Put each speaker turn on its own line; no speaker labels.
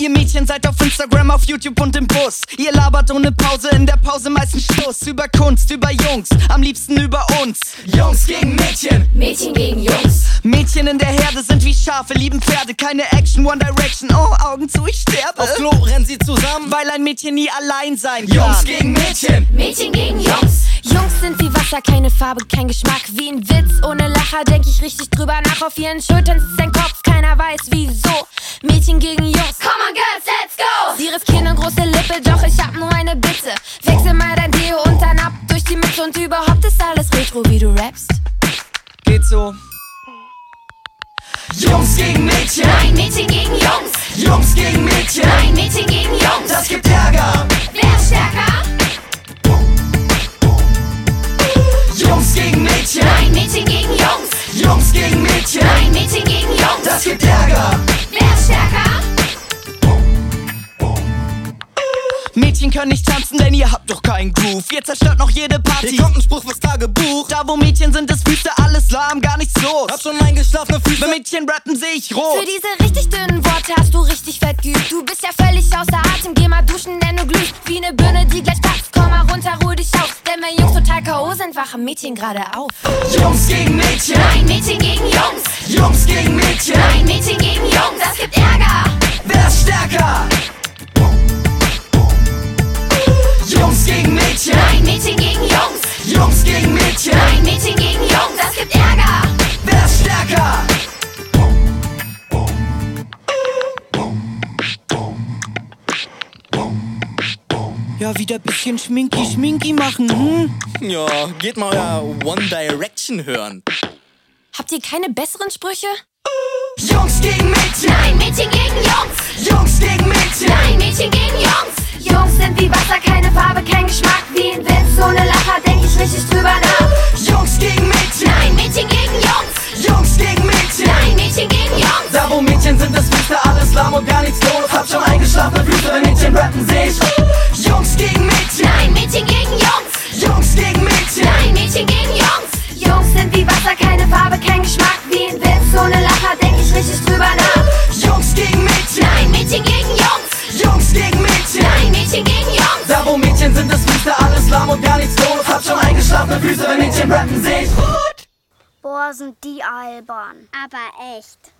Ihr Mädchen seid auf Instagram, auf YouTube und im Bus. Ihr labert ohne Pause, in der Pause meistens Schluss. Über Kunst, über Jungs, am liebsten über uns. Jungs gegen Mädchen,
Mädchen gegen Jungs.
Mädchen in der Herde sind wie Schafe, lieben Pferde. Keine Action, One Direction, oh, Augen zu, ich sterbe.
Auf Klo rennen sie zusammen.
Weil ein Mädchen nie allein sein kann.
Mädchen.
Mädchen gegen Jungs.
Jungs sind wie Wasser, keine Farbe, kein Geschmack. Wie ein Witz ohne Lacher, denk ich richtig drüber nach. Auf ihren Schultern sitzt ein Kopf, keiner weiß wieso. Mädchen gegen Jungs.
Come on, girls, let's go.
Sie riskieren eine große Lippe, doch ich hab nur eine Bitte. Wechsel mal dein Deo und dann ab durch die Mitte. Und überhaupt ist alles retro, wie du rappst.
Geht so. Jungs gegen Mädchen,
Nein, Mädchen gegen Jungs.
Jungs gegen Mädchen,
Nein, Mädchen gegen Jungs.
das gibt Ärger.
Wer ist stärker?
Jungs gegen Mädchen,
Nein, Mädchen gegen Jungs.
Jungs gegen Mädchen,
Nein, Mädchen gegen Jungs.
das gibt Ärger.
Wer ist stärker?
Mädchen können nicht tanzen, denn ihr habt doch keinen Groove. Ihr zerstört noch jede
Hier
Party.
kommt ein Spruch fürs Tagebuch.
Da wo Mädchen sind, ist Füße alles lahm, gar nichts los.
Hab schon eingeschlafene Füße.
Wenn Mädchen rappen, seh ich
Für
rot.
diese richtig dünnen Worte hast du richtig fett geübt. Du bist ja völlig außer Atem, geh mal duschen, denn du glühst wie eine Birne, die gleich platzt. Komm mal runter, ruh dich aus, denn wenn Jungs total K.O. sind, wachen Mädchen gerade auf.
Jungs gegen Mädchen,
Nein, Mädchen gegen Jungs.
Jungs gegen Mädchen,
Nein, Mädchen gegen Jungs. Das gibt Ärger.
wer ist stärker? Jungs gegen Mädchen,
Nein, Mädchen gegen Jungs.
Jungs gegen Mädchen,
Nein, Mädchen gegen Jungs. Das gibt Ärger.
wer ist stärker? Ja, wieder bisschen Schminki, Schminki machen, hm?
Ja, geht mal euer One Direction hören.
Habt ihr keine besseren Sprüche?
Jungs gegen Mädchen,
Nein, Mädchen gegen Jungs.
Jungs gegen Mädchen,
Nein, Mädchen gegen Jungs.
Jungs sind wie Wasser, keine Farbe, kein Geschmack. Wie ein Witz ohne Lacher, denk ich richtig drüber nach.
Jungs gegen Mädchen,
Nein, Mädchen gegen Jungs.
Jungs gegen Mädchen.
Nein, Mädchen gegen Jungs.
Da wo Mädchen sind, ist Füße alles lahm und gar nichts los. Hab schon eingeschlafene Füße, wenn Mädchen rappen, seh ich. Jungs gegen Mädchen,
Nein, Mädchen gegen Jungs.
Jungs gegen Mädchen,
Nein, Mädchen gegen Jungs.
Jungs sind wie Wasser, keine Farbe, kein Geschmack. Wie ein Witz ohne Lacher, denk ich richtig drüber nach.
Jungs gegen Mädchen,
Nein, Mädchen gegen Jungs.
Jungs gegen Mädchen.
Nein, Mädchen gegen Jungs.
Da wo Mädchen sind, ist Füße alles lahm und gar nichts los. Hab schon eingeschlafene Füße, wenn Mädchen rappen, seh ich.
Boah, sind die albern.
Aber echt.